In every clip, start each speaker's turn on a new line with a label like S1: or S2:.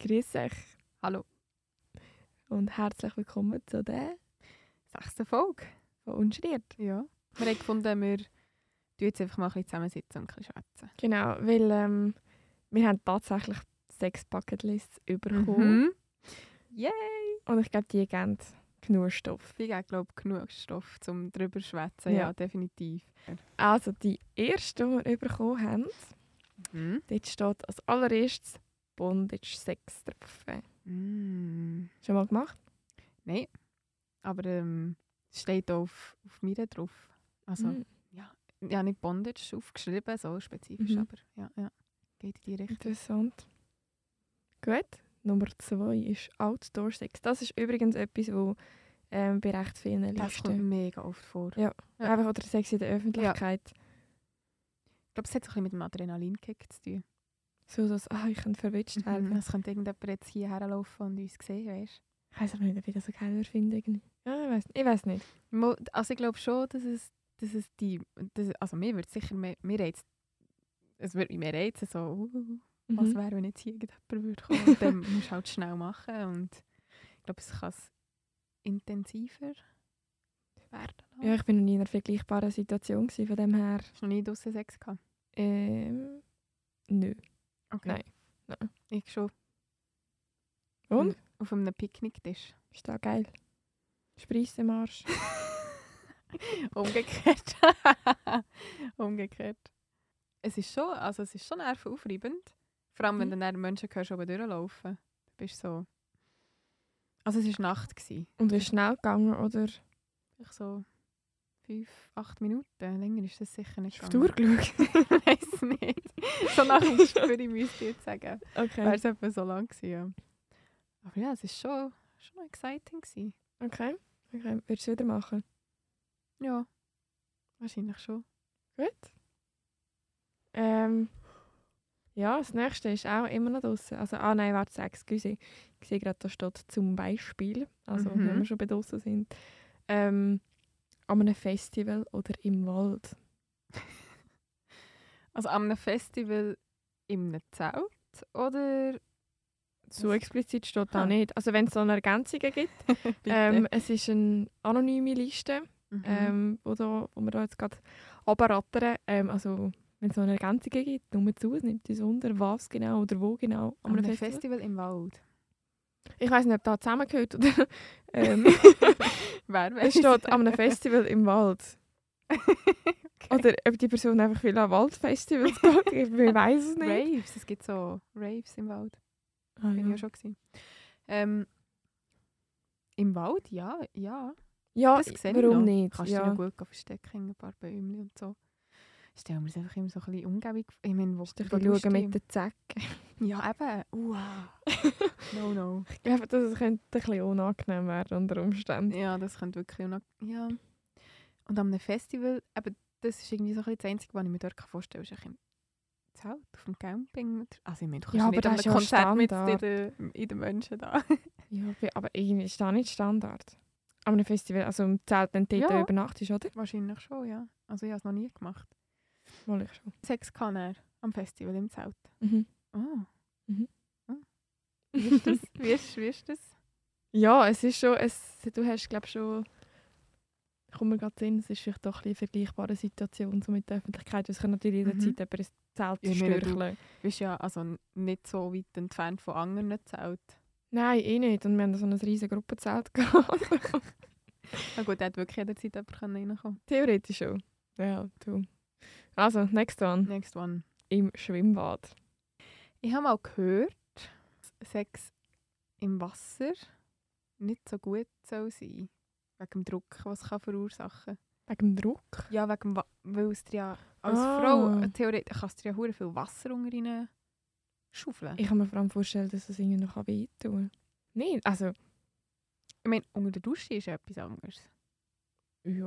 S1: Grüß euch
S2: Hallo,
S1: und herzlich willkommen zu der
S2: sechste Folge.
S1: von Unschriert.
S2: Ja. Wir haben gefunden, wir tun jetzt einfach mal ein bisschen zusammensitzen und ein bisschen schwätzen.
S1: Genau, weil ähm, wir haben tatsächlich sechs Bucketlists bekommen
S2: Mhm. Yay!
S1: und ich glaube, die geben genug Stoff.
S2: Ich habe, glaube genug Stoff, um darüber zu schwätzen.
S1: Ja.
S2: Ja. definitiv.
S1: Also die erste, die wir bekommen haben,
S2: Mhm.
S1: dort steht als allererstes Bondage Sex treffen.
S2: Mm.
S1: Schon mal gemacht?
S2: Nein, aber ähm, es steht auch auf, auf mir drauf. Also,
S1: Mhm.
S2: ich habe nicht Bondage aufgeschrieben, so spezifisch,
S1: Mhm.
S2: aber ja, ja, geht in die Richtung.
S1: Interessant. Gut. Nummer zwei ist Outdoor Sex. Das ist übrigens etwas, wo ähm, bei recht vielen
S2: Das
S1: Listen...
S2: kommt mega oft vor. ja.
S1: Einfach oder Sex in der Öffentlichkeit.
S2: Ich glaube, es hat so ein bisschen mit dem Adrenalinkick zu tun.
S1: So, dass ah, ich könnte verwitscht werden. Also,
S2: Mhm. Es könnte irgendjemand jetzt hierher laufen und uns sehen, weißt
S1: Ich weiß auch nicht, ob ich das so geil finde. irgendwie. Ja, ich weiß ich weiss nicht.
S2: Mo- Also ich glaube schon, dass es, dass es die, dass, also mir würde sicher, mehr, mir reizt, es würde mich mehr reizen, so, uh, uh,
S1: Also,
S2: was wäre, wenn jetzt hier irgendjemand würde kommen und dann musst du halt schnell machen und ich glaube, es kann es intensiver werden lassen.
S1: Ja, ich bin noch nie in einer vergleichbaren Situation gewesen, von dem her.
S2: Hast du noch nie draussen Sex gehabt?
S1: Ähm, nö.
S2: Okay.
S1: Nein. Nein.
S2: Ich schon.
S1: Und?
S2: Auf einem Picknicktisch.
S1: Ist da geil. Spreis im Arsch.
S2: Umgekehrt. Umgekehrt. Es ist schon, also es ist schon nervenaufreibend. Vor allem, wenn
S1: Mhm.
S2: du dann Menschen hörst, die oben durchlaufen. Du bist so... Also es war Nacht. Gewesen.
S1: Und ist schnell gegangen, oder?
S2: Vielleicht so fünf, acht Minuten. Länger ist das sicher nicht
S1: Hast du auf die Uhr geschaut?
S2: Ich weiss nicht. So nach dem Gespür müsste ich jetzt sagen. Wäre
S1: okay.
S2: es etwa so lang gewesen, ja. Aber ja, es war schon, schon exciting. Gewesen.
S1: Okay. Okay. Würdest du wieder machen?
S2: Ja, wahrscheinlich schon.
S1: Gut. Ähm, ja, das nächste ist auch immer noch draußen. Also, ah nein, warte, sag, excuse. Ich sehe gerade, da steht zum Beispiel, also
S2: Mhm.
S1: wenn wir schon bei draußen sind, ähm, an einem Festival oder im Wald.
S2: Also am Festival im Zelt oder
S1: So explizit steht da
S2: Ah.
S1: nicht. Also, wenn es so eine Ergänzung gibt. ähm, es ist eine anonyme Liste,
S2: Mhm.
S1: ähm, wo, da, wo wir da jetzt gerade runterrattern. Ähm, also, wenn es so eine Ergänzung gibt, nur zu, es nimmt uns wunder, was genau oder wo genau
S2: am
S1: an einem
S2: Festival.
S1: Festival.
S2: im Wald.
S1: Ich weiß nicht, ob das zusammengehört oder. Ähm,
S2: Wer
S1: es
S2: weiss?
S1: steht an einem Festival im Wald.
S2: Okay.
S1: Oder ob die Person einfach will an Waldfestivals geht. Ich weiß es nicht.
S2: Raves, es gibt so Raves im Wald.
S1: Ah,
S2: Bin ich
S1: ja.
S2: ja schon gewesen. Ähm, Im Wald, ja, ja.
S1: ja,
S2: das sehe ich
S1: Ah, warum
S2: noch.
S1: nicht?
S2: Kannst du
S1: ja.
S2: dich noch gut verstecken, in ein paar Bäume und so. Stellen wir es einfach immer so ein bisschen Umgebung. Ich meine, wo
S1: Kannst du
S2: wo
S1: ein bisschen
S2: schaust du
S1: schauen
S2: im-
S1: mit den Zecken.
S2: Ja, eben. Uah. no, no.
S1: Ich glaube, das könnte ein bisschen unangenehm werden unter Umständen.
S2: Ja, das könnte wirklich unang- Ja. Und an einem Festival, eben, das ist irgendwie so ein bisschen das Einzige, was ich mir dort vorstellen kann. Ist ein Zelt auf dem Camping. Also ich meine, du kannst
S1: Ja,
S2: ja,
S1: aber das
S2: nicht an
S1: ist
S2: einem
S1: ja
S2: Konzert mit in
S1: Standard.
S2: den, in den Menschen da.
S1: Ja, bi- aber irgendwie ist das nicht Standard. An einem Festival, also im Zelt, wenn du dort
S2: Ja.
S1: übernachtest, oder?
S2: Wahrscheinlich schon, ja. Also ich habe es noch nie gemacht.
S1: Mal ich schon.
S2: Sex kann er am Festival im Zelt.
S1: Mhm.
S2: Oh.
S1: Mhm.
S2: Oh. Wie ist das? Wie ist, wie ist das?
S1: Ja, es ist schon, es, du hast glaube schon, ich komme mir gerade hin, es ist vielleicht doch ein bisschen eine vergleichbare Situation so mit der Öffentlichkeit. Es kann natürlich
S2: Mhm.
S1: jederzeit jemand ins Zelt
S2: Ich meine, du-
S1: stürcheln.
S2: Du bist ja also n- nicht so weit entfernt von anderen Zelt.
S1: Nein, eh nicht. Und wir haben so ein riesiges Gruppenzelt gehabt.
S2: Na gut, da hat wirklich jederzeit jemand reinkommen können.
S1: Theoretisch schon. Ja, du. Also, next one.
S2: Next one.
S1: Im Schwimmbad.
S2: Ich habe mal gehört, dass Sex im Wasser nicht so gut soll sein Wegen dem Druck, was es kann verursachen
S1: Wegen dem Druck.
S2: Ja, wegen dem Wa- weil es dir ja als
S1: Ah.
S2: Frau äh, theoretisch kannst du dir ja hure viel Wasser unter rein schaufeln. Ich,
S1: Ich kann mir vor allem vorstellen, dass es irgendwie noch wehtun kann. Nein, also,
S2: meine, unter der Dusche ist ja etwas anderes.
S1: ja.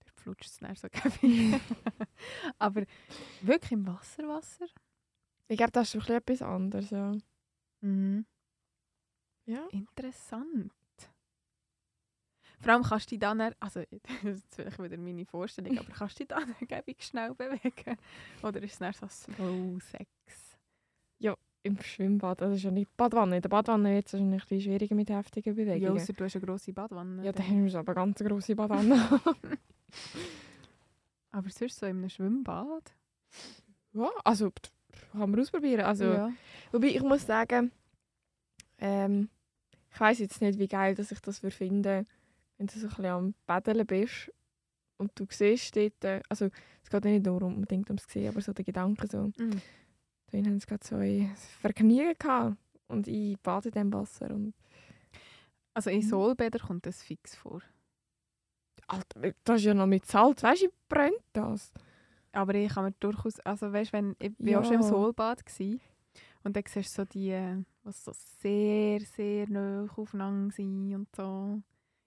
S2: Dort flutscht es dann so gäbig. Aber wirklich im Wasser, Wasser?
S1: Ich glaube, das ist schon ein bisschen etwas anderes, ja.
S2: Mhm.
S1: Ja.
S2: Interessant. Vor allem kannst du dich dann, also das ist vielleicht wieder meine Vorstellung, aber kannst du dich dann gäbig schnell bewegen? Oder ist es dann so Slow Sex?
S1: Ja, im Schwimmbad, also schon in der Badwanne. In der Badwanne wird es wahrscheinlich ein bisschen schwieriger mit heftigen
S2: Ja,
S1: Bewegungen.
S2: ausser du hast eine grosse Badwanne.
S1: Ja, da
S2: dann-
S1: haben wir so aber ganz grosse Badwanne.
S2: Aber sonst so in einem Schwimmbad.
S1: ja, also pff, kann man ausprobieren. Also,
S2: ja.
S1: Wobei ich muss sagen, ähm, ich weiß jetzt nicht, wie geil dass ich das würde finden, wenn du so ein bisschen am Paddeln bist und du siehst dort, äh, also es geht ja nicht nur unbedingt ums Sehen, aber so der Gedanke so,
S2: Mhm.
S1: dann haben sie gerade so ein Vergnügen gehabt und ich bade in diesem Wasser und
S2: Also in
S1: Mhm.
S2: Solbädern kommt das fix vor.
S1: Alter, das ist ja noch mit Salz, weißt du, ich brennt das.
S2: Aber ich kann mir durchaus, also weißt, wenn ich bin
S1: Ja.
S2: auch schon im Solbad gsi und dann siehst du so die, äh, was so sehr, sehr nah aufeinander sind und so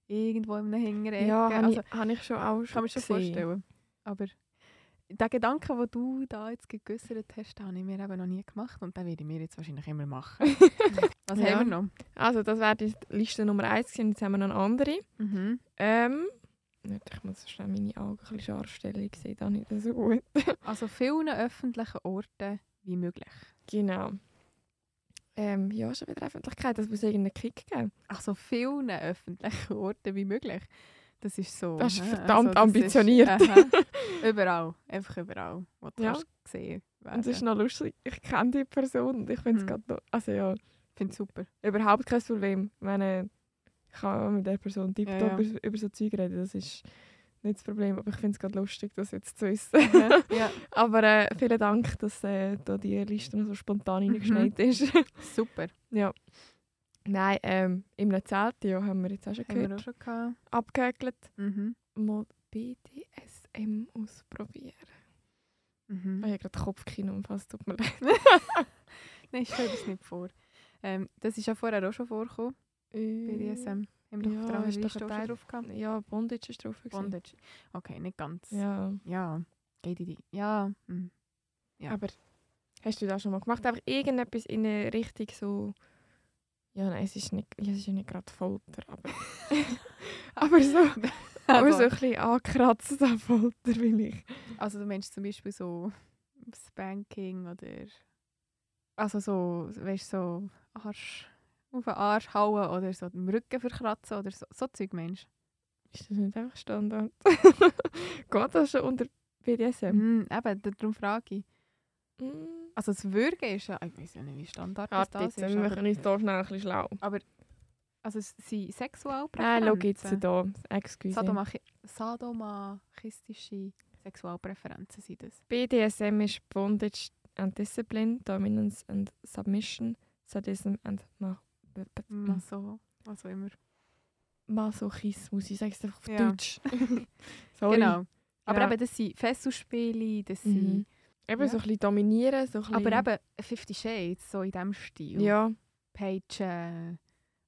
S2: irgendwo in einem Hinterecke.
S1: Ja, habe
S2: also,
S1: ich, hab ich schon auch schon
S2: kann mir schon
S1: gesehen.
S2: vorstellen. Aber den Gedanken, den du da jetzt gegüssert hast, den habe ich mir eben noch nie gemacht und den werde ich mir jetzt wahrscheinlich immer machen. was
S1: Ja.
S2: haben wir noch?
S1: Also das wäre die Liste Nummer 1 gewesen, jetzt haben wir noch eine andere.
S2: Mhm.
S1: Ähm, nicht, ich muss schnell meine Augen ein bisschen scharf stellen, ich sehe da nicht so gut.
S2: Also vielen öffentlichen Orten wie möglich.
S1: Genau. Ähm, ja, schon wieder Öffentlichkeit, das muss irgendeinen Kick geben.
S2: Also vielen öffentlichen Orten wie möglich. Das ist so.
S1: Das ist
S2: aha,
S1: verdammt
S2: das
S1: ambitioniert.
S2: Ist, aha, überall, einfach überall, wo du
S1: Ja.
S2: kannst gesehen werden.
S1: Und das ist noch lustig, ich kenne die Person und ich finde es
S2: Mhm.
S1: gerade noch, also ja,
S2: ich finde es super.
S1: überhaupt kein Problem. Ich meine, ich kann mit der Person tiptop
S2: Ja, ja.
S1: Über, über so Zeug reden, das ist nicht das Problem, aber ich finde es gerade lustig, das jetzt zu wissen.
S2: Aha, ja,
S1: aber äh, vielen Dank, dass äh, da die Liste noch so spontan
S2: Mhm.
S1: reingeschneit ist.
S2: super.
S1: ja. Nein, ähm, im Zelt, ja, haben wir jetzt auch schon
S2: Haben wir
S1: gehört.
S2: auch schon gehabt.
S1: abgehäkelt.
S2: Mhm.
S1: Mal BDSM ausprobieren. Ich
S2: Mhm.
S1: habe gerade Kopfkino umfasst, tut mir leid.
S2: Nein, stell dir das nicht vor. Ähm, das ist ja vorher auch schon vorgekommen, BDSM. Haben wir doch
S1: Ja, ist
S2: auf der anderen
S1: doch
S2: Liste
S1: ein
S2: auch
S1: Teil-
S2: schon drauf gehabt.
S1: Ja, Bondage ist drauf. gewesen.
S2: Bondage. Okay, nicht ganz. Ja.
S1: Ja.
S2: Geht in die. Ja. mhm. Ja.
S1: Aber hast du das schon mal gemacht? Einfach irgendetwas in eine Richtung so... Ja, nein, es ist, nicht, ja, es ist ja nicht gerade Folter, aber... aber so, aber so ein bisschen angekratzt an Folter will ich.
S2: Also du meinst zum Beispiel so Spanking oder also so, weißt so Arsch auf den Arsch hauen oder so den Rücken verkratzen oder so, so Zeug meinst
S1: Ist das nicht einfach Standard? Geht das schon unter
S2: du?
S1: BDSM?
S2: Mhm, eben, darum frage ich.
S1: Mm.
S2: Also das Würgen ist ja, ich weiß ja nicht, wie Standard das,
S1: Warte,
S2: das
S1: jetzt
S2: ist.
S1: wir
S2: Aber,
S1: machen uns da schnell ein bisschen schlau.
S2: also es sind
S1: Nein,
S2: Sexualpräferenzen.
S1: Äh, schau jetzt da. Excuse.
S2: Sadomachi sadomasochistische Sexualpräferenzen sind das.
S1: BDSM ist Bondage and Discipline, Dominance and Submission, Sadism and Ma B- B-
S2: Mhm. So, also immer.
S1: Masochismus. Ich sage es einfach auf
S2: Ja.
S1: Deutsch. Sorry.
S2: Genau. Aber
S1: Ja.
S2: eben, das sind Fesselspiele, das sind...
S1: Mhm. Eben
S2: Ja.
S1: so ein bisschen dominieren. So ein bisschen,
S2: Aber eben Fifty Shades, so in diesem Stil.
S1: Ja,
S2: Peitschen,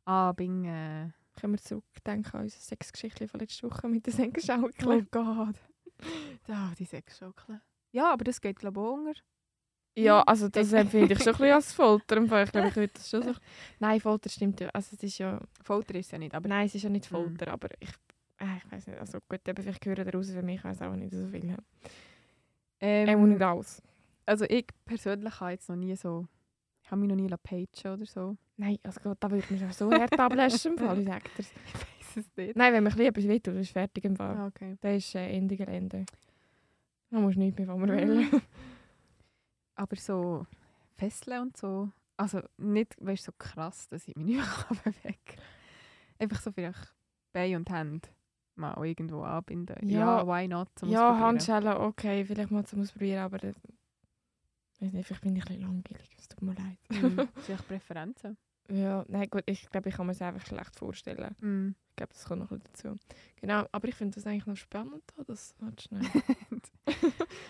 S2: Anbingen.
S1: können wir zurückdenken an unsere Sexgeschichte von letzter Woche mit den Senkenschaukeln.
S2: Oh Gott. Da, Ah, die Sexschaukeln. Ja, aber das geht glaube ich auch unter.
S1: Ja, also das empfinde ich schon ein bisschen als Folter. im Fall. Ich glaube, ich würde das schon so... Nein, Folter stimmt ja. Also es ist ja...
S2: Folter ist es ja nicht, aber...
S1: Nein, es ist ja nicht
S2: Mm.
S1: Folter, aber ich, äh, ich weiß nicht. Also gut, eben, vielleicht hören daraus für mich, ich weiß auch nicht so viel. Ähm,
S2: Ähm,
S1: er muss nicht alles.
S2: also ich persönlich habe jetzt noch nie so... Ich habe mich noch nie la peitschen oder so.
S1: Nein, also gut, da würde ich mich auch so hart ablassen im Fall, ich sage dir's.
S2: Ich weiß es nicht.
S1: Nein, wenn man ein bisschen etwas wehtut, ist fertig im Fall.
S2: Ah, okay.
S1: Das ist äh, Ende Gelände. Da musst du nichts mehr von mir wählen.
S2: Mhm. Aber so Fesseln und so... Also nicht, weißt du, so krass, dass ich mich nicht mehr bewegen kann. Einfach so vielleicht Bein und Hände mal irgendwo anbinden.
S1: Ja.
S2: Ja, why not? zum
S1: ja,
S2: Ausprobieren.
S1: Handschellen, okay, vielleicht mal zum Ausprobieren, aber das, ich weiß nicht, vielleicht bin ich ein bisschen langweilig, es tut mir leid.
S2: Mhm. Das ist echt Präferenzen.
S1: Ja, nein, gut, ich glaube, ich kann mir es einfach schlecht vorstellen.
S2: Mhm.
S1: Ich glaube, das kommt noch ein bisschen dazu. Genau, aber ich finde das eigentlich noch spannend, da, das warte schnell.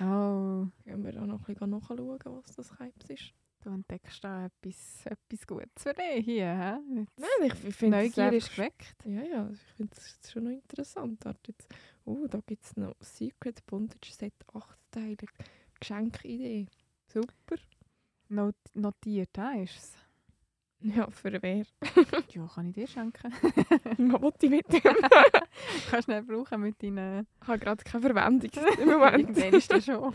S2: Oh,
S1: Können wir da noch ein bisschen nachschauen, was das Hypes ist?
S2: du entdeckst da etwas, etwas Gutes für dich hier. Hä? Jetzt
S1: Nein, ich finde
S2: Neugier ist geweckt.
S1: Ja, ja, ich finde das jetzt schon noch interessant. Warte jetzt. Oh, da gibt es noch Secret Bondage Set 8 Teile. Geschenkidee. Super.
S2: Not notiert, da ist es.
S1: Ja, für wer?
S2: Ja, kann ich dir schenken.
S1: Was wollte ich mit dem?
S2: Kannst du nicht brauchen mit deinen...
S1: Ich habe gerade keine Verwendung im
S2: Irgendwann
S1: Moment.
S2: ist das schon.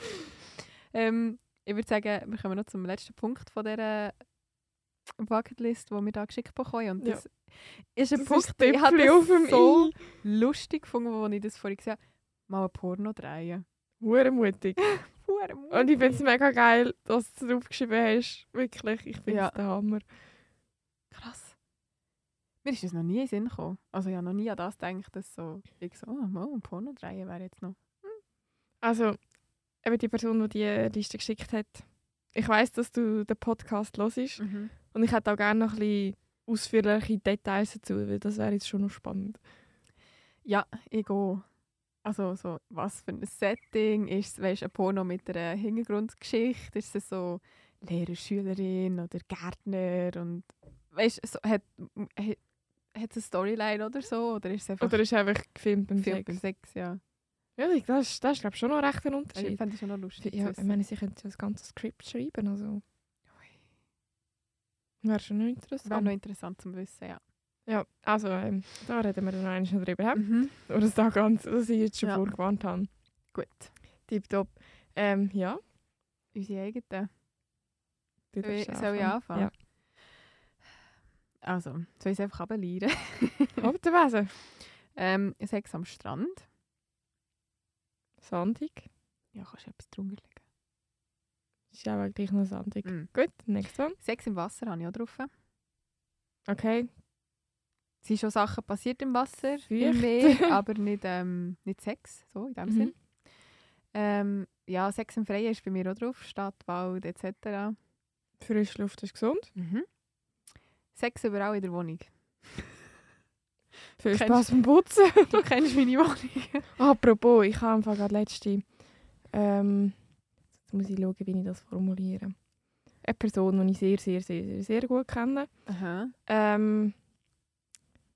S2: ähm, ich würde sagen, wir kommen noch zum letzten Punkt von dieser Bucketlist, die wir da geschickt bekommen haben. Und
S1: Ja.
S2: das ist ein
S1: Das
S2: Punkt,
S1: ist
S2: ich habe
S1: Tippli
S2: das
S1: auf dem
S2: so lustig gefunden, als ich das vorhin gesehen habe. Mal ein Porno drehen.
S1: Hure mutig. Und
S2: Und
S1: ich finde es mega geil, dass du es draufgeschrieben hast. Wirklich, ich finde es
S2: Ja.
S1: der Hammer.
S2: krass. Mir ist das noch nie in den Sinn gekommen. Also ich habe noch nie an das gedacht, dass so, ich so, oh, mal ein Porno drehen wäre jetzt noch.
S1: Also, eben die Person, die die Liste geschickt hat. Ich weiß, dass du den Podcast hörst. Und ich hätte auch gerne noch ein bisschen ausführliche Details dazu, weil das wäre jetzt schon noch spannend.
S2: Ja, ich gehe. Also so, was für ein Setting? Ist es weisst, ein Porno mit einer Hintergrundgeschichte? Ist es so Lehrer, Schülerin oder Gärtner? Und weißt, so, hat, hat, hat es eine Storyline oder so? Oder ist es einfach
S1: Oder ist einfach gefilmt beim
S2: Film beim
S1: Sex?
S2: Sex? Ja.
S1: Ja, ich- das ist, das ist glaube ich, schon noch recht ein
S2: Ich
S1: Unterschied.
S2: fände es schon noch lustig.
S1: Ja,
S2: zu
S1: ich
S2: wissen.
S1: meine, sie könnten ja das ganze Skript schreiben, also wäre schon noch
S2: Wäre noch
S1: interessant.
S2: interessant zu wissen, ja.
S1: Ja, also, ähm, da reden wir dann noch einmal drüber. hä?
S2: Mhm.
S1: Oder das da ganz, dass ich jetzt schon
S2: Ja.
S1: vorgewarnt habe.
S2: Gut.
S1: Tipptopp. Ähm, ja.
S2: Unsere eigenen.
S1: Du
S2: Soll ich-
S1: darfst
S2: soll ich anfangen?
S1: Ja.
S2: Also, soll ich es einfach runterleiten?
S1: Abwesen.
S2: ähm, Sex am Strand.
S1: Sandig.
S2: Ja, kannst du etwas drunter legen.
S1: Ist ja aber gleich noch sandig.
S2: Mhm.
S1: Gut, next one.
S2: Sex im Wasser habe ich auch drauf.
S1: Okay.
S2: Es sind schon Sachen passiert im Wasser,
S1: Feucht.
S2: im Meer, aber nicht, ähm, nicht Sex, so in dem
S1: Mhm.
S2: Sinn. Ähm, ja, Sex im Freien ist bei mir auch drauf, Stadt, Wald etc.
S1: Frische Luft ist gesund.
S2: Sex überall in der Wohnung.
S1: Viel
S2: Kennst-
S1: Spaß beim Putzen.
S2: Du kennst meine Wohnung.
S1: Apropos, ich habe einfach gerade letzte. Ähm, jetzt muss ich schauen, wie ich das formuliere. Eine Person, die ich sehr, sehr, sehr, sehr, sehr gut kenne.
S2: Aha.
S1: Ähm,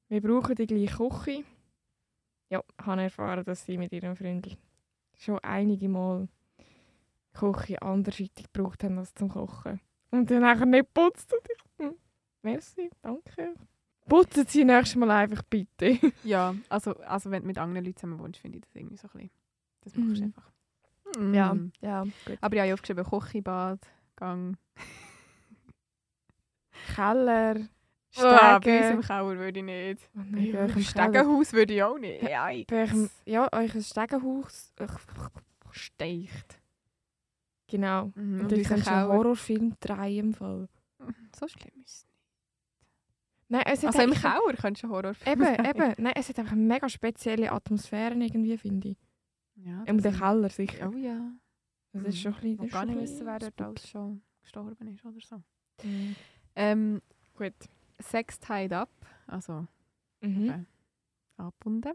S1: wir brauchen die gleiche Küche. Ja, ich habe erfahren, dass sie mit ihren Freunden schon einige Mal die Küche anderweitig gebraucht haben als zum Kochen. Und dann nachher nicht putzt. Und ich, hm, merci, danke. Putzen Sie nächstes Mal einfach bitte.
S2: Ja, also, also wenn du mit anderen Leuten zusammen wohnst, finde ich das irgendwie so ein bisschen. Das machst du
S1: Mhm.
S2: einfach. Mhm.
S1: ja, gut.
S2: Aber ja, ich habe aufgeschrieben, Küche, Bad, Gang.
S1: Keller,
S2: Ah, bei uns
S1: Stege.
S2: im Keller würde ich nicht.
S1: Oh nein, bei euch
S2: Im
S1: im Keller.
S2: Stegenhaus würde ich auch nicht. Ja,
S1: Bei euch im- Ja, oh, euch ein Stegenhaus. Ach,
S2: steicht.
S1: Genau.
S2: Mhm.
S1: Und ich kann schon einen Horrorfilm drehen im Fall.
S2: So schlimm ist es
S1: Nein, es hat
S2: Also im
S1: eigentlich-
S2: Keller kannst du einen Horrorfilm
S1: Eben, eben.
S2: drehen.
S1: Nein, es hat einfach eine mega spezielle Atmosphäre irgendwie, finde ich.
S2: Ja,
S1: Im
S2: das-
S1: Keller sicher.
S2: Oh ja.
S1: Das ist schon ein bisschen...
S2: Und
S1: das
S2: gar
S1: ist
S2: nicht
S1: schon
S2: wissen, wer
S1: ein
S2: dort alles schon gestorben ist oder so.
S1: bisschen-
S2: Ähm,
S1: Gut.
S2: Sex tied up, also
S1: Mhm.
S2: Okay. abbunden.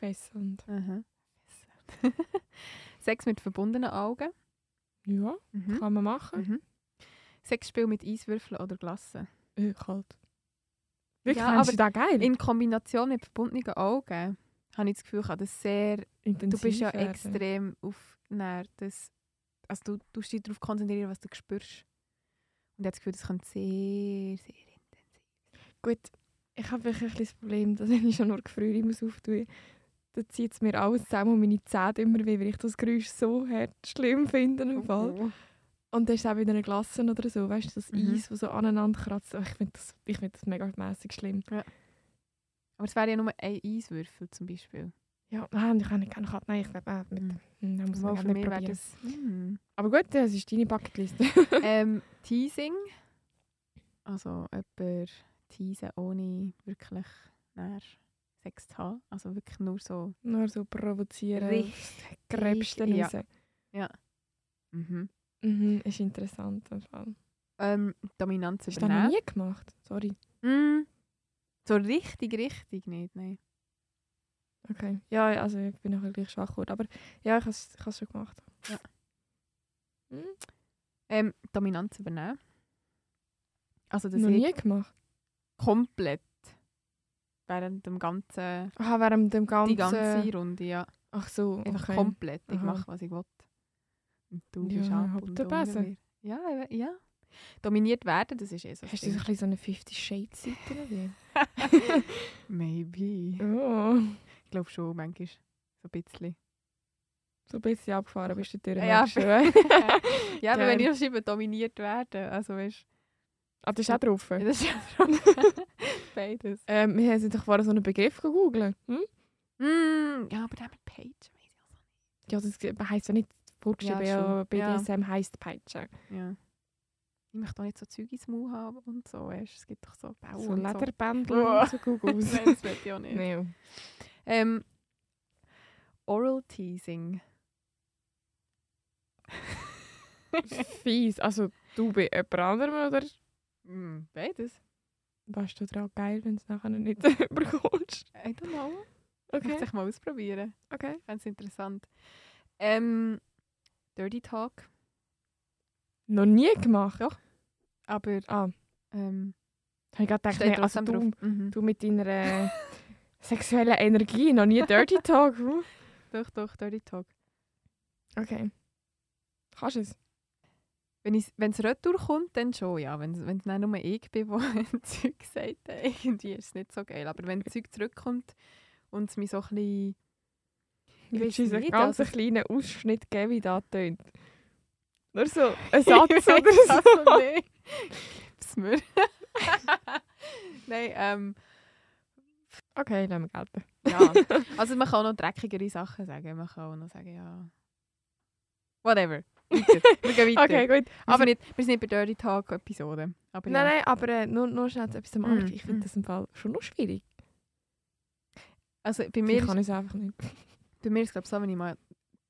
S1: Fessend.
S2: Aha. Sex mit verbundenen Augen.
S1: Ja,
S2: Mhm.
S1: kann man machen.
S2: Mhm. Sexspiel mit Eiswürfeln oder Glassen.
S1: Äh, kalt. Wirklich,
S2: Ja,
S1: ja, findest du das geil?
S2: In Kombination mit verbundenen Augen habe ich das Gefühl, kann das sehr Du
S1: Intensiv
S2: bist ja
S1: werden.
S2: extrem auf näher, das, also du du musst dich darauf konzentrieren, was du spürst. Und ich habe das Gefühl, das kann sehr, sehr intensiv.
S1: Gut, ich habe wirklich ein bisschen das Problem, dass wenn ich schon nur Gefrühe muss auftun, dann zieht es mir alles zusammen und meine Zähne immer weh, weil ich das Geräusch so hart schlimm finde
S2: Mhm.
S1: im Fall. Und dann ist es auch wieder eine Glasse oder so, weißt du, das
S2: Mhm.
S1: Eis, das so aneinander kratzt. Ach, Ich finde das, ich find das mega mässig schlimm.
S2: Aber es wäre ja nur ein Eiswürfel zum Beispiel.
S1: Ja, nein, ich habe nicht gerne Nein, ich glaube, mit
S2: Mhm.
S1: hm, muss man
S2: Mal
S1: gar
S2: für
S1: nicht
S2: mich wäre
S1: probieren.
S2: das... Mm.
S1: Aber gut, das ist deine Bucketliste.
S2: ähm, Teasing. Also jemand teasen, ohne wirklich näher Sex zu haben. Also wirklich nur so...
S1: Nur so provozieren.
S2: Richtig.
S1: Gräbsten
S2: Ja.
S1: raus.
S2: Mhm.
S1: Mhm, ist interessant. im Fall.
S2: Ähm, Dominanz
S1: Hast du das noch
S2: übernehmen.
S1: nie gemacht? Sorry.
S2: Mm. So richtig, richtig nicht, nein.
S1: Okay. Ja, ja, also ich bin nachher gleich schwach geworden. Aber ja, ich habe es schon gemacht.
S2: Ja.
S1: Hm,
S2: Ähm, Dominanz übernehmen. Also, dass
S1: noch
S2: ich
S1: nie gemacht.
S2: komplett während dem ganzen,
S1: Ah, während dem ganzen...
S2: die ganze Runde, ja.
S1: Ach so,
S2: Einfach
S1: okay.
S2: komplett. Ich
S1: Aha.
S2: mache, was ich will. Und du
S1: Ja,
S2: bist ab und
S1: habt ihr Besen?
S2: unten. Ja, eben, ja. Dominiert werden, das ist eh so. ein
S1: Hast du so ein
S2: Ding.
S1: bisschen so eine 50 Shades Seite oder wie?
S2: Maybe.
S1: Oh,
S2: Ich glaube schon, manchmal. So ein bisschen.
S1: so ein bisschen abgefahren bist du durch.
S2: Ja,
S1: merkst du, eh?
S2: ja, aber
S1: Geil.
S2: wenn ich schreibe, dominiert werden, also weißt
S1: Ah, das ist auch drauf.
S2: Ja, Das ist ja drauf. Beides.
S1: Ähm, wir haben doch vorher so einen Begriff gegoogelt. Hm?
S2: Mm, ja, aber der mit Page weiss ich
S1: Ja,
S2: auch
S1: das heisst ja nicht Putschen,
S2: Ja,
S1: ja,
S2: schon. Ja.
S1: BDSM heisst Peitschen.
S2: nicht. Ja. Ich möchte auch nicht so Zeug ins Maul haben und so. Weißt? du, Es gibt doch so Bau
S1: so
S2: und
S1: Lederbändel
S2: Uah.
S1: und so Google
S2: so. Nein, das will ich auch nicht.
S1: Nein.
S2: Ähm, Oral Teasing.
S1: Fies. Also du bei jemand anderem oder
S2: Mm, beides.
S1: warst du daran geil, wenn du es nachher nicht überkommst?
S2: I don't know. Okay. Möchte
S1: Okay.
S2: ich mal ausprobieren.
S1: okay.
S2: Ganz interessant. Ähm, Dirty Talk.
S1: Noch nie gemacht.
S2: Doch. Aber
S1: Ah,
S2: ähm,
S1: habe ich gerade gedacht,
S2: steht
S1: nee, also
S2: trotzdem
S1: du,
S2: drauf. Mhm.
S1: du mit deiner äh, sexuellen Energie noch nie Dirty Talk. hm?
S2: Doch, doch, Dirty Talk.
S1: Okay. Kannst du es?
S2: Wenn es retour kommt, dann schon, ja. Wenn es dann nur ich bin, der ein Zeug sagt, dann irgendwie ist es nicht so geil. Aber wenn das Zeug zurückkommt und es mich so ein bisschen... Ich
S1: Willst du
S2: weiss
S1: uns einen
S2: nicht,
S1: ganz
S2: also-
S1: kleinen Ausschnitt geben, wie das tönt? Nur so ein Satz oder
S2: Ich
S1: so.
S2: weiss das noch nicht. Gib's mir. Nein, ähm,
S1: Okay, lassen wir gelten.
S2: ja. Also man kann auch noch dreckigere Sachen sagen. Man kann auch noch sagen, ja... Whatever. Weiter. Wir gehen weiter.
S1: Okay, gut.
S2: Aber nicht, wir sind nicht bei Dirty Talk Episode. Aber
S1: Nein,
S2: ja.
S1: nein, aber äh, nur, nur schnell etwas am
S2: Mm,
S1: Anfang. Ich
S2: mm.
S1: finde das im Fall schon noch schwierig.
S2: Also bei mir
S1: Ich kann es einfach nicht.
S2: bei mir ist es glaube so, wenn ich mal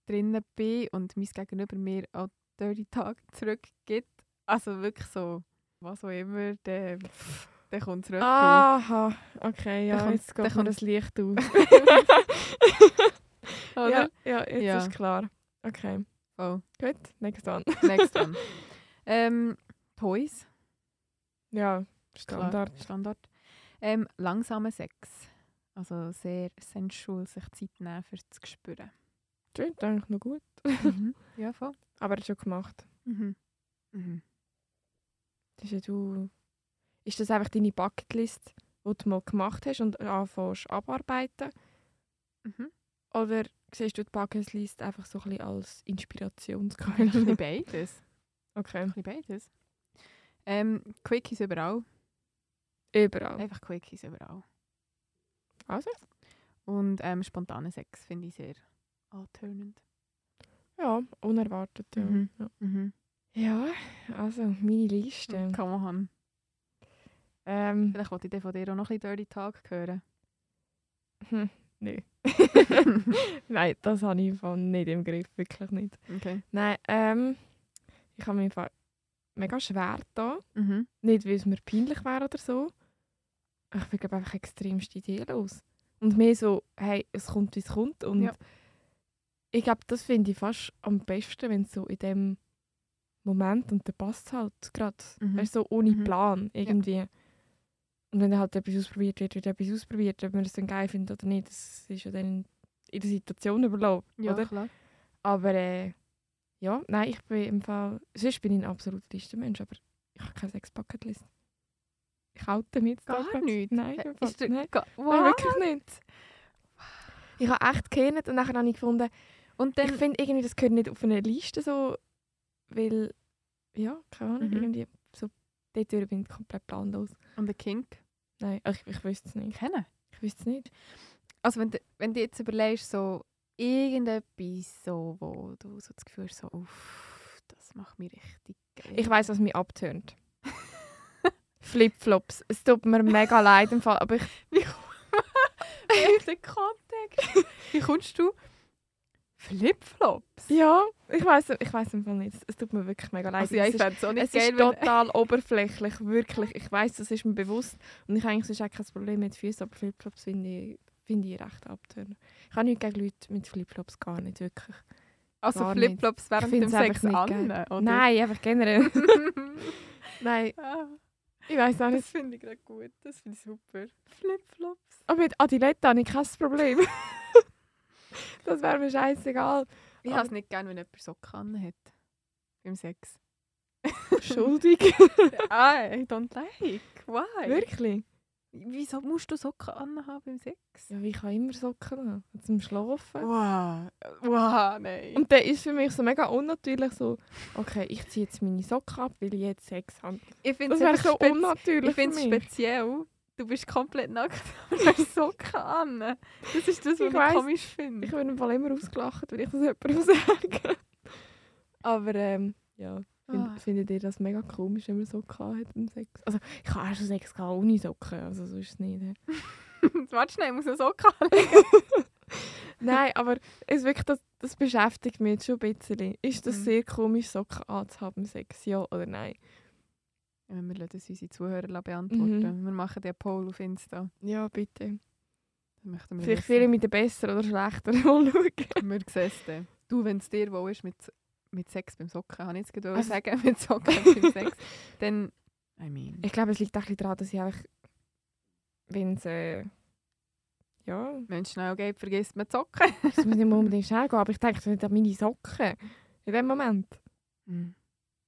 S2: drinnen bin und mein Gegenüber mir auch Dirty Talk zurückgibt, also wirklich so, was auch immer, der, der kommt zurück.
S1: Aha, okay, Ah, ja,
S2: Dann kommt-
S1: jetzt
S2: dann
S1: geht mir
S2: kommt-
S1: das Licht auf.
S2: oder?
S1: dus ja, ja, jetzt
S2: Ja.
S1: ist klar. Okay,
S2: Oh,
S1: gut, next one.
S2: next one. ähm, Toys,
S1: Ja,
S2: klar,
S1: Standard.
S2: Standard. Ähm, langsamer Sex, also sehr sensual, sich Zeit nehmen, für zu spüren.
S1: Tönt eigentlich noch gut.
S2: Mhm. Ja, voll.
S1: Aber schon gemacht.
S2: Mhm. Mhm.
S1: Das ist, ja du ist das einfach deine Bucketlist, die du mal gemacht hast und anfängst ah, abarbeiten?
S2: Mhm.
S1: Oder siehst du die Bucketlist einfach so ein bisschen als
S2: Ein bisschen
S1: Inspirationsquelle?
S2: beides.
S1: okay,
S2: Ein bisschen beides. Ähm, Quickies überall.
S1: überall.
S2: Einfach Quickies überall.
S1: Also?
S2: Und ähm, spontanen Sex finde ich sehr antönend.
S1: Ja, unerwartet. Ja.
S2: Mhm.
S1: Ja.
S2: Mhm.
S1: ja, also meine Liste.
S2: Kann man haben.
S1: Ähm,
S2: Vielleicht wollte ich dann von dir auch noch ein bisschen Dirty Talk hören.
S1: hm, nein, das habe ich im Fall nicht im Griff, wirklich nicht.
S2: okay.
S1: Nein, ähm, ich habe mich im Fall mega schwer da.
S2: Mhm.
S1: Nicht, weil es mir peinlich wäre oder so. Ich bin glaub, einfach extremst ideenlos. Und mehr so, hey, es kommt, wie es kommt. Und
S2: Ja.
S1: ich glaube, das finde ich fast am besten, wenn es so in dem Moment, und der passt halt gerade,
S2: Mhm.
S1: weißt, so ohne
S2: Mhm.
S1: Plan irgendwie. Und wenn dann halt etwas ausprobiert wird, wird etwas ausprobiert. Ob man es dann geil findet oder nicht, das ist ja dann in der Situation überlassen.
S2: Ja,
S1: Oder?
S2: klar.
S1: Aber äh, ja, nein, ich bin im Fall. Sonst bin ich ein absoluter Listenmensch, aber ich habe keine Sex-Bucket-List. Ich halte mich jetzt
S2: Gar
S1: einfach-
S2: nichts?
S1: Nein, im Fall-
S2: Ist der-
S1: nein,
S2: Ga-
S1: nein,
S2: Wow.
S1: wirklich nicht. Ich habe echt gekannt und nachher habe ich gefunden,
S2: Und dann,
S1: ich finde irgendwie, das gehört nicht auf eine Liste so, weil, ja, keine Ahnung,
S2: Mhm.
S1: irgendwie so, dort durch bin ich komplett planlos.
S2: und der Kink
S1: Nein, ich, ich wüsste es nicht.
S2: kennen.
S1: Ich wüsste es nicht.
S2: Also wenn, du- wenn du jetzt überlegst, so irgendetwas, so, wo du so das Gefühl hast, so, uff, das macht mich richtig geil.
S1: Ich weiß, was mich abtönt. Flipflops. Es tut mir mega leid im Fall, aber ich
S2: Welchen Kontext? Wie kommst du? Flipflops?
S1: Ja, ich weiß ich weiß im Fall nicht. Es- Es tut mir wirklich mega leid.
S2: Also ja, ich
S1: es ist,
S2: fände es auch nicht
S1: es
S2: geil,
S1: ist
S2: wenn...
S1: total oberflächlich, wirklich. Ich weiß, das ist mir bewusst. Und ich habe eigentlich sonst auch kein Problem mit Füßen, aber Flipflops finde ich, finde ich recht abtörend. Ich habe nichts gegen Leute mit Flipflops, gar nicht wirklich.
S2: Also
S1: gar nicht.
S2: Flipflops
S1: Ich
S2: während dem
S1: find's
S2: Sex
S1: einfach
S2: an,
S1: nicht geil.
S2: oder?
S1: Nein, einfach generell. Nein,
S2: Ah,
S1: ich weiß auch nicht.
S2: das finde ich gerade gut. Das finde ich super. Flipflops.
S1: Aber Oh, mit Adilette habe ich kein Problem. das wäre mir scheißegal.
S2: Ich
S1: Aber-
S2: habe es nicht gerne, wenn jemand Socken hat. Beim Sex.
S1: Schuldig.
S2: I Ah, don't like. Why?
S1: Wirklich?
S2: Wieso musst du Socken anhaben beim Sex?
S1: Ja, wie kann ich immer Socken haben? Zum Schlafen?
S2: Wow, wow, nein.
S1: Und dann ist für mich so mega unnatürlich so, okay, ich ziehe jetzt meine Socken ab, weil ich jetzt Sex habe.
S2: Ich finde
S1: Das
S2: es
S1: wäre
S2: einfach
S1: so
S2: spezi-
S1: unnatürlich
S2: Ich
S1: für
S2: finde es
S1: mich.
S2: speziell. Du bist komplett nackt und hast Socken an. Das ist das, was
S1: Ich
S2: ich,
S1: weiss.
S2: komisch finde.
S1: Ich werde im Fall immer ausgelacht, wenn ich das jemandem sage. Aber ähm, ja, find,
S2: Ah.
S1: findet ihr das mega komisch, wenn man Socken hat beim Sex? Also ich habe auch schon Sex gehabt ohne Socken, also so ist es nicht. hä?
S2: Warte schnell, ich muss noch Socken anlegen.
S1: Nein, aber es wirklich, das, das beschäftigt mich jetzt schon ein bisschen. Ist das
S2: Mhm.
S1: sehr komisch, Socken anzuhaben im Sex, ja oder nein?
S2: Ja, wir lassen es unsere Zuhörer
S1: Mhm.
S2: beantworten. Wir machen den Poll auf Insta.
S1: Ja, bitte.
S2: Dann möchten wir
S1: Vielleicht
S2: wissen.
S1: sehe ich mit der besseren oder schlechteren mal schauen.
S2: Wir sehen es dann. Du, wenn es dir wohl ist mit, mit Sex beim Socken, habe ich jetzt gerade
S1: Also-
S2: sagen, mit Socken beim Sex, dann, I mean,
S1: Ich glaube, es liegt auch ein bisschen daran, dass ich einfach, wenn es, äh, ja,
S2: wenn es schnell geht, vergisst man die Socken.
S1: es muss nicht mal unbedingt schnell gehen, aber ich denke nicht an meine Socken in dem Moment. Mhm.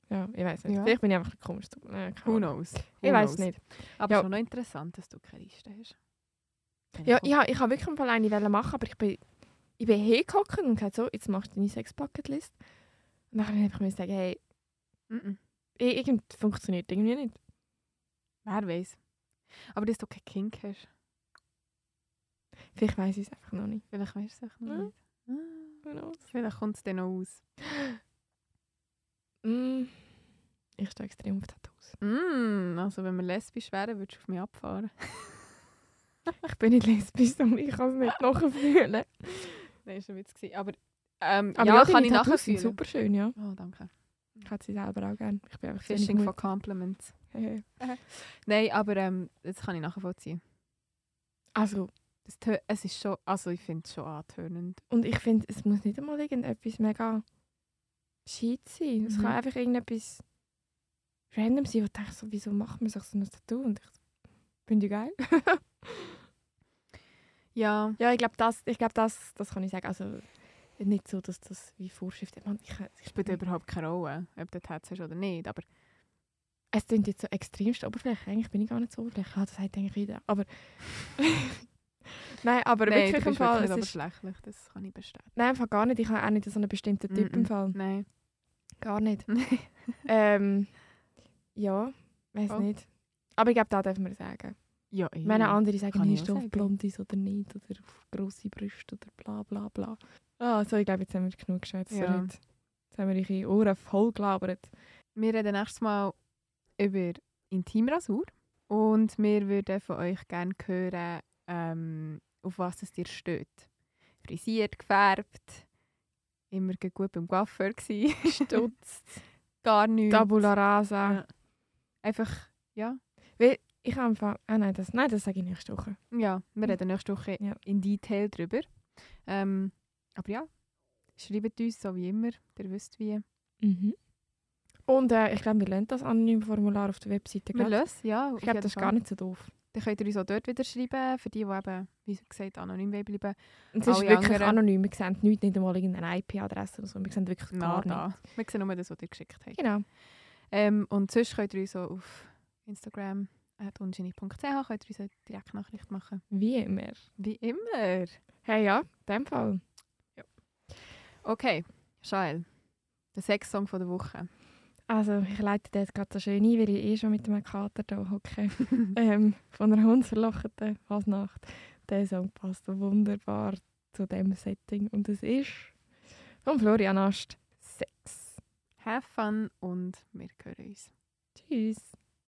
S1: Ja, ich weiß nicht.
S2: Ja.
S1: Vielleicht bin ich einfach ein bisschen komisch. Nein, keine
S2: Who
S1: Ahnung.
S2: knows? Who
S1: Ich weiß
S2: knows?
S1: nicht.
S2: Aber
S1: Ja.
S2: schon noch interessant, dass du keine Liste hast. Wenn
S1: Ja,
S2: ich
S1: ich habe ich hab wirklich im Fall eine wollen machen, aber ich bin, ich bin hingehockt und gesagt so, jetzt machst du deine Sex-Bucket-List. Und dann habe ich einfach gesagt, hey,
S2: gucke. Mm-mm.
S1: i- irgend funktioniert irgendwie nicht.
S2: Wer weiß. Aber dass du kein Kind hast,
S1: Vielleicht weiß ich es einfach noch nicht.
S2: vielleicht weißt du es auch noch
S1: Ja.
S2: nicht. Ah, Vielleicht kommt es dann noch aus.
S1: Mm. Ich stehe extrem auf Tattoos.
S2: Mm, also wenn wir lesbisch wären, würdest du auf mich abfahren.
S1: Ich bin nicht lesbisch und ich kann es nicht nachfühlen.
S2: Nein, ist ein Witz. gewesen. Aber, ähm,
S1: Aber
S2: ja, kann
S1: deine
S2: ich
S1: Tattoos sind
S2: nachfühlen.
S1: super schön, ja.
S2: Oh, danke.
S1: Ich hätte sie selber auch gerne. Ich bin einfach zu wenig
S2: Fishing for
S1: mutig.
S2: Compliments.
S1: Hehe.
S2: Nein, aber ähm, das kann ich nachvollziehen.
S1: Also,
S2: Das tö- es ist schon, also ich finde es schon antönend.
S1: Und ich finde, es muss nicht einmal irgendetwas mega shit sein. Es
S2: Mhm.
S1: kann einfach irgendetwas random sein, wo ich denke, so, wieso macht man sich so ein Tattoo? Und ich so, finde ich geil.
S2: Ja,
S1: Ja, ich glaube, das, ich glaub, das, das kann ich sagen. Also nicht so, dass das wie Vorschrift man, ich, ich
S2: spielt überhaupt keine Rolle, ob du das Herz hast oder nicht. Aber
S1: Es klingt jetzt so extremst oberflächlich. Eigentlich bin ich gar nicht so oberflächlich. Ah, das sagt eigentlich jeder. Aber... Nein, aber
S2: nein, du
S1: wirklich im
S2: bist
S1: Fall...
S2: wirklich
S1: Es
S2: nicht
S1: ist,
S2: oberflächlich, das kann ich bestätigen.
S1: nein, im Fall gar nicht. Ich habe auch nicht so einen bestimmten Typ im
S2: Mm-mm.
S1: Fall.
S2: Nein.
S1: Gar nicht. Ähm, ja, weiß
S2: Oh.
S1: nicht. Aber ich glaube, da dürfen wir sagen.
S2: Ja,
S1: Ich
S2: ich
S1: meine, andere sagen,
S2: Kann
S1: hey, ist
S2: ich auch
S1: du auf
S2: sagen.
S1: Blondes oder nicht, oder auf grosse Brüste oder bla bla bla. Ah, so, ich glaube, jetzt haben wir genug geschätzt.
S2: Ja.
S1: sorry. Jetzt haben wir eure Ohren voll gelabert.
S2: Wir reden nächstes Mal über Intimrasur. Und wir würden von euch gerne hören, ähm, auf was es dir steht. Frisiert, gefärbt, immer gleich gut beim Coiffeur gsi,
S1: Stutzt.
S2: gar nichts.
S1: Tabula rasa.
S2: Ja. Einfach, ja.
S1: Ich habe einfach... Ah nein, das, nein, das sage ich nächste Woche.
S2: Ja, wir
S1: Mhm.
S2: reden nächste Woche
S1: Ja.
S2: in Detail drüber. Ähm, aber ja, schreibt uns so wie immer, ihr wisst wie. Mhm.
S1: Und äh, ich glaube, wir lassen das anonyme Formular auf der Webseite.
S2: Wir
S1: gell?
S2: lösen, ja. auf
S1: Ich glaube,
S2: jeden
S1: das ist
S2: Fall.
S1: gar nicht so doof.
S2: Dann könnt ihr uns auch dort wieder schreiben, für die, die eben, wie gesagt, anonym wollen bleiben.
S1: Und Es ist
S2: Alle
S1: wirklich
S2: anderen-
S1: anonym. Wir sehen nichts, nicht einmal irgendeine IP-Adresse oder so. Wir sehen wirklich gar nichts.
S2: Nada. Wir sehen nur das, was ihr geschickt habt.
S1: Genau.
S2: Ähm, und sonst könnt ihr uns auch auf Instagram at ungenie.ch könnt ihr uns eine Direktnachricht machen.
S1: Wie immer.
S2: Wie immer.
S1: Hey ja, in dem Fall.
S2: Okay, Shael, der Sex-Song von der Woche.
S1: Also ich leite das gerade so schön ein, weil ich eh schon mit einem Kater da hocke. ähm, von einer hundsverlochten Fasnacht. Der Song passt wunderbar zu dem Setting. Und es ist von Florian Ast. Sex.
S2: Have fun und wir hören uns.
S1: Tschüss.